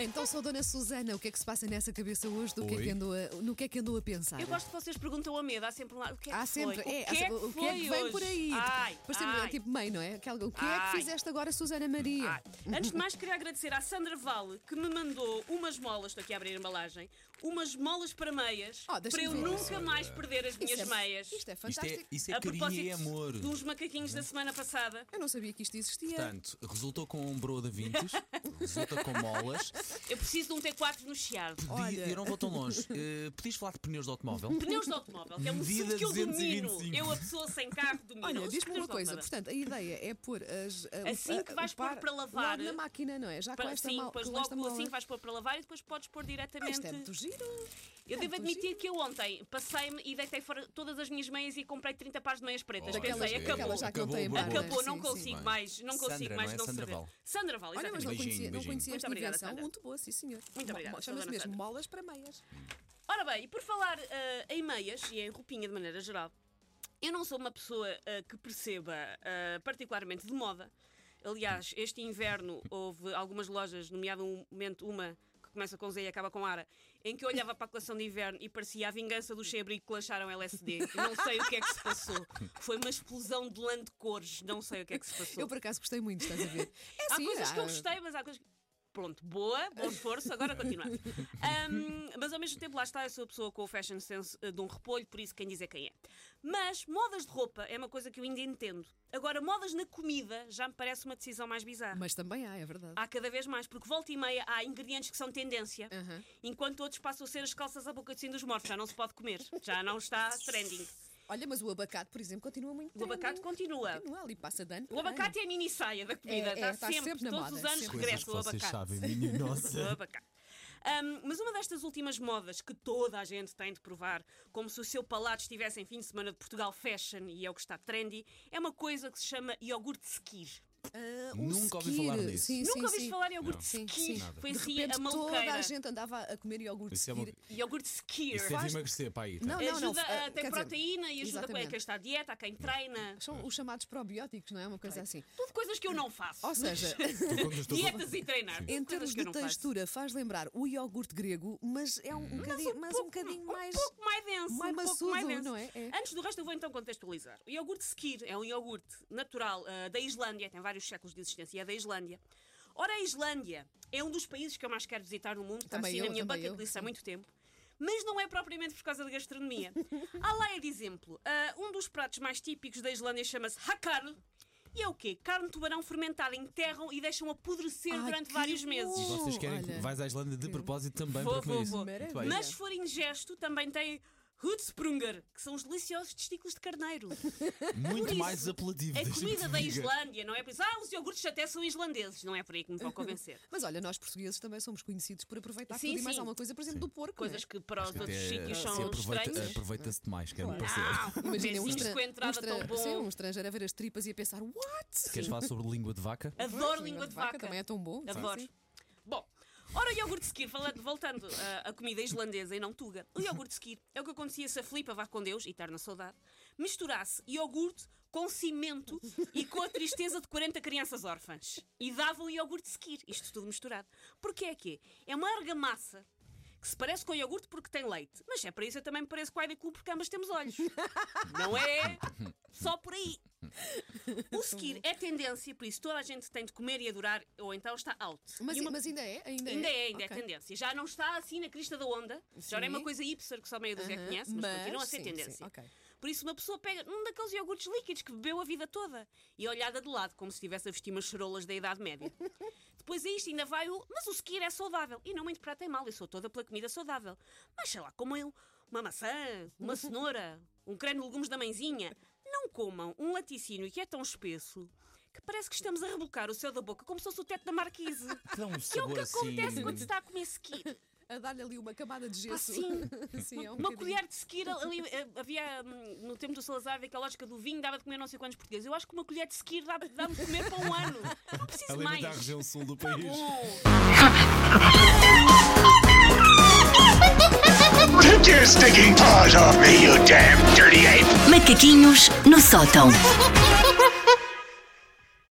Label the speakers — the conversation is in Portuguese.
Speaker 1: Então sou a Dona Susana, o que é que se passa nessa cabeça hoje? Do que é
Speaker 2: Oi.
Speaker 1: que andou a, no que é que andou a pensar?
Speaker 3: Eu gosto que vocês perguntam a medo, há sempre um lado. O que é que
Speaker 1: Há sempre,
Speaker 3: foi?
Speaker 1: é,
Speaker 3: o
Speaker 1: há
Speaker 3: que é
Speaker 1: sempre-
Speaker 3: que,
Speaker 1: o que é que
Speaker 3: foi
Speaker 1: vem
Speaker 3: hoje?
Speaker 1: por aí?
Speaker 3: Ai,
Speaker 1: Depois sempre é
Speaker 3: ai,
Speaker 1: tipo mãe, não é? Aquela- o que é que
Speaker 3: Ai.
Speaker 1: fizeste agora, Susana Maria?
Speaker 3: ai. Antes de mais, queria agradecer à Sandra Vale que me mandou umas molas, estou aqui a abrir a embalagem, umas molas para meias
Speaker 1: Oh, deixa-me
Speaker 3: para eu
Speaker 1: ver.
Speaker 3: nunca mais perder as
Speaker 1: Isso
Speaker 3: minhas
Speaker 1: é-
Speaker 3: meias.
Speaker 1: Isto é
Speaker 2: Isto
Speaker 1: fantástico.
Speaker 2: é, isso é
Speaker 3: a
Speaker 2: carinho
Speaker 3: propósito um
Speaker 2: e amor.
Speaker 3: dos macaquinhos da semana passada.
Speaker 1: Eu não sabia que isto existia.
Speaker 2: Portanto, resultou com um broa de vintes, resulta com molas.
Speaker 3: Eu preciso de um T4 no chiado.
Speaker 2: Pedi-
Speaker 1: Olha.
Speaker 2: Eu não vou tão longe. Eh, podias falar de pneus de automóvel? Oh,
Speaker 3: Pneus de automóvel, que é um
Speaker 2: Medida
Speaker 3: assunto que eu
Speaker 2: 225.
Speaker 3: domino. Eu, a pessoa sem carro, domino.
Speaker 1: Olha,
Speaker 3: Os
Speaker 1: diz-me
Speaker 3: pneus
Speaker 1: uma
Speaker 3: de
Speaker 1: coisa,
Speaker 3: automóvel.
Speaker 1: portanto, a ideia é pôr as, a- o-
Speaker 3: Assim
Speaker 1: a-
Speaker 3: que vais
Speaker 1: o par
Speaker 3: pôr para lavar-
Speaker 1: Logo na máquina, não é? Já com
Speaker 3: Para-
Speaker 1: esta
Speaker 3: sim,
Speaker 1: mal,
Speaker 3: depois
Speaker 1: com
Speaker 3: logo
Speaker 1: esta mala.
Speaker 3: assim que vais pôr para lavar e depois podes pôr
Speaker 1: Ah,
Speaker 3: diretamente.
Speaker 1: Isto é muito giro.
Speaker 3: Eu
Speaker 1: É
Speaker 3: devo
Speaker 1: muito
Speaker 3: admitir
Speaker 1: giro.
Speaker 3: que eu ontem passei-me e deitei fora todas as minhas meias e comprei 30 pares de meias pretas.
Speaker 1: Daquelas-
Speaker 3: Pensei, é acabou.
Speaker 1: daquelas já que não
Speaker 2: é. Acabou,
Speaker 1: têm
Speaker 2: acabou.
Speaker 1: barba.
Speaker 3: Acabou, não
Speaker 1: Sim, sim.
Speaker 3: consigo
Speaker 2: Bem.
Speaker 3: mais, não consigo
Speaker 2: Sandra,
Speaker 3: mais
Speaker 2: não é?
Speaker 3: não
Speaker 2: Sandra
Speaker 3: saber.
Speaker 2: Val.
Speaker 3: Sandra Val,
Speaker 1: Olha, mas não
Speaker 3: exatamente.
Speaker 2: Beijinho,
Speaker 1: conhecia, não
Speaker 2: beijinho.
Speaker 1: conhecia
Speaker 3: Muito
Speaker 1: esta
Speaker 3: obrigada,
Speaker 1: invenção.
Speaker 3: Sandra.
Speaker 1: Muito boa, sim, senhor.
Speaker 3: Muito obrigada,
Speaker 1: Mo- Chama-se
Speaker 3: Dona
Speaker 1: mesmo
Speaker 3: Sandra.
Speaker 1: molas para meias.
Speaker 3: Ora bem, e por falar eh, em meias e em roupinha de maneira geral, eu não sou uma pessoa eh, que perceba eh, particularmente de moda. Aliás, este inverno houve algumas lojas, nomeadamente uma que começa com Z e acaba com Ara, em que eu olhava para a coleção de inverno e parecia a vingança dos sem-abrigo que lançaram LSD. Não sei o que é que se passou. Foi uma explosão de lã de cores. Não sei o que é que se passou.
Speaker 1: Eu por acaso gostei muito, estás a ver? É
Speaker 3: Há
Speaker 1: assim,
Speaker 3: coisas que eu
Speaker 1: há-
Speaker 3: gostei, mas há coisas que. Pronto, boa, bom esforço, agora continuamos. Ahm, mas ao mesmo tempo, lá está, eu sou a pessoa com o fashion sense eh, de um repolho, por isso quem diz é quem é. Mas modas de roupa é uma coisa que eu ainda entendo. Agora, modas na comida já me parece uma decisão mais bizarra.
Speaker 1: Mas também há, é verdade.
Speaker 3: Há cada vez mais, porque volta e meia há ingredientes que são tendência,
Speaker 1: Aham.
Speaker 3: enquanto outros passam a ser as calças à boca de sino dos mortos, já não se pode comer, já não está trending.
Speaker 1: Olha, mas o abacate, por exemplo, continua muito
Speaker 3: O abacate continua.
Speaker 1: Continua ali, passa dano.
Speaker 3: O abacate é a mini saia da
Speaker 1: É,
Speaker 3: comida,
Speaker 1: é,
Speaker 3: está,
Speaker 1: está
Speaker 3: sempre,
Speaker 1: sempre na
Speaker 3: todos
Speaker 1: moda,
Speaker 3: os anos
Speaker 1: sempre.
Speaker 2: Coisas
Speaker 3: regressa
Speaker 2: que
Speaker 3: o
Speaker 2: vocês
Speaker 3: abacate.
Speaker 2: sabem, minha
Speaker 3: do
Speaker 2: nossa.
Speaker 3: abacate. Hum, mas uma destas últimas modas que toda a gente tem de provar, como se o seu palato estivesse em fim de semana de Portugal Fashion e é o que está trendy, é uma coisa que se chama iogurte sequir.
Speaker 1: Ah,
Speaker 2: Nunca ouvi
Speaker 1: sequir.
Speaker 2: falar disso.
Speaker 1: Sim,
Speaker 3: Nunca
Speaker 1: sim,
Speaker 3: ouviste
Speaker 1: sim.
Speaker 3: falar em iogurte
Speaker 1: Não.
Speaker 3: sequir?
Speaker 1: Sim, sim.
Speaker 3: Foi
Speaker 1: De
Speaker 3: assim
Speaker 1: repente,
Speaker 3: a maluqueira.
Speaker 1: toda a gente andava a comer iogurte
Speaker 2: Isso é uma-
Speaker 1: sequir.
Speaker 3: Iogurte sequir.
Speaker 2: Isso deve emagrecer para aí. tá?
Speaker 1: Não, não, não.
Speaker 3: Ajuda,
Speaker 1: eh,
Speaker 3: ah, tem
Speaker 1: quer dizer,
Speaker 3: proteína e ajuda com- a
Speaker 1: exatamente.
Speaker 3: quem está à dieta, a quem treina.
Speaker 1: São os chamados probióticos, não é? Uma coisa assim.
Speaker 3: Tudo coisas que eu não faço.
Speaker 1: Ou seja,
Speaker 2: Então, quando eu estou-
Speaker 3: Dietas e treinar.
Speaker 1: em
Speaker 3: Tudo
Speaker 1: termos
Speaker 3: coisas que eu
Speaker 1: de
Speaker 3: não faço.
Speaker 1: textura, faz lembrar o iogurte grego, mas é um,
Speaker 2: Hum.
Speaker 1: bocadinho, mas um bocadinho mais.
Speaker 3: Um pouco mais denso.
Speaker 1: mais
Speaker 3: um pouco
Speaker 1: maçudo,
Speaker 3: mais denso.
Speaker 1: não é? É.
Speaker 3: Antes do resto, eu vou então contextualizar. O iogurte Skir é um iogurte natural ah, da Islândia, tem vários séculos de existência, e é da Islândia. Ora, a Islândia é um dos países que eu mais quero visitar no mundo, está
Speaker 1: Também
Speaker 3: assim
Speaker 1: eu,
Speaker 3: na minha
Speaker 1: também
Speaker 3: bucket
Speaker 1: eu,
Speaker 3: list há
Speaker 1: sim.
Speaker 3: muito tempo. Mas não é propriamente por causa da gastronomia. Há lá é de exemplo. ah, um dos pratos mais típicos da Islândia chama-se hakar. E é o quê? Carne de tubarão fermentada, enterram e deixam apodrecer
Speaker 1: Ai,
Speaker 3: durante
Speaker 1: que
Speaker 3: vários meses.
Speaker 2: E vocês querem que
Speaker 1: Olha.
Speaker 2: vais à Islândia de propósito também
Speaker 3: Vou,
Speaker 2: para comer
Speaker 3: vou,
Speaker 2: isso.
Speaker 3: vou.
Speaker 2: Muito
Speaker 1: Maravilha.
Speaker 2: bem.
Speaker 3: Mas se for ingesto, também tem Hutsprunger, que são os deliciosos testículos de carneiro.
Speaker 2: Muito
Speaker 3: isso,
Speaker 2: mais apelativo.
Speaker 3: A
Speaker 2: deixa-me
Speaker 3: comida
Speaker 2: te
Speaker 3: da
Speaker 2: diga.
Speaker 3: Islândia, não é? Por isso, ah, os iogurtes até são islandeses. Não é por aí que me vão convencer.
Speaker 1: Mas olha, nós portugueses também somos conhecidos por aproveitar
Speaker 3: Sim,
Speaker 1: tudo e mais
Speaker 3: sim.
Speaker 1: alguma coisa, por exemplo, do porco.
Speaker 3: Coisas que para os
Speaker 2: Até
Speaker 3: outros
Speaker 2: se
Speaker 3: sítios são
Speaker 2: aproveita-
Speaker 3: estranhos.
Speaker 2: Aproveita-se demais, quero me parecer.
Speaker 3: Ah,
Speaker 1: Imagina um,
Speaker 3: beijinhos
Speaker 1: estra-
Speaker 3: com a entrada
Speaker 1: um
Speaker 3: tão
Speaker 1: estra-
Speaker 3: bom.
Speaker 1: sim, um estrangeiro a ver as tripas e a pensar, what?
Speaker 2: Queres falar sobre língua de vaca?
Speaker 3: Adoro língua de vaca.
Speaker 1: Também é tão bom. sim,
Speaker 3: Adoro.
Speaker 1: sim.
Speaker 3: Bom, ora o iogurte skir, falando, voltando ah, à comida islandesa e não tuga, o iogurte skir é o que acontecia se a Filipa vá com Deus, eterna saudade, misturasse iogurte com cimento e com a tristeza de 40 crianças órfãs. E dava um iogurte skir, isto tudo misturado. Porque é que é uma argamassa que se parece com iogurte porque tem leite, mas é para isso eu também me pareço com a Heidi Clube porque ambas temos olhos. Não é só por aí. O skir é tendência, por isso toda a gente tem de comer e adorar, ou então está out.
Speaker 1: Mas,
Speaker 3: E uma-
Speaker 1: mas ainda é? Ainda,
Speaker 3: Ainda é, ainda
Speaker 1: Ok.
Speaker 3: é tendência. Já não está assim na crista da onda. Já não é
Speaker 1: Sim.
Speaker 3: uma coisa hipster que só meia dúzia
Speaker 1: Aham,
Speaker 3: conhece, mas,
Speaker 1: mas
Speaker 3: continua a ser
Speaker 1: sim,
Speaker 3: tendência.
Speaker 1: sim, ok.
Speaker 3: Por isso, uma pessoa pega um daqueles iogurtes líquidos que bebeu a vida toda e é olhada de lado, como se estivesse a vestir umas charolas da Idade Média. Depois a isto ainda vai o. Mas o sequir é saudável. E não me interpretem mal, eu sou toda pela comida saudável. Mas sei lá, como eu, uma maçã, uma cenoura, um creme de legumes da mãezinha. Não comam um laticínio que é tão espesso que parece que estamos a rebocar o céu da boca como se fosse o teto da marquise.
Speaker 2: Dá um
Speaker 3: Que é o
Speaker 2: sabor
Speaker 3: que
Speaker 2: assim.
Speaker 3: acontece quando se está a comer sequir.
Speaker 1: A dar-lhe ali uma camada de gesso.
Speaker 3: sim.
Speaker 1: Sim, é um
Speaker 3: Uma
Speaker 1: bocadinho.
Speaker 3: colher de sequir ali, eh, havia hum, no tempo do Salazar, havia aquela lógica do vinho, dava de comer não sei quantos portugueses. Eu acho que uma colher de sequir dá- dá-me de comer para um ano. Não preciso mais.
Speaker 2: Alimenta
Speaker 3: Tá
Speaker 2: a região sul do país.
Speaker 3: Bom.
Speaker 4: Take your stinking paws off me, you damn dirty ape!
Speaker 5: Macaquinhos no sótão.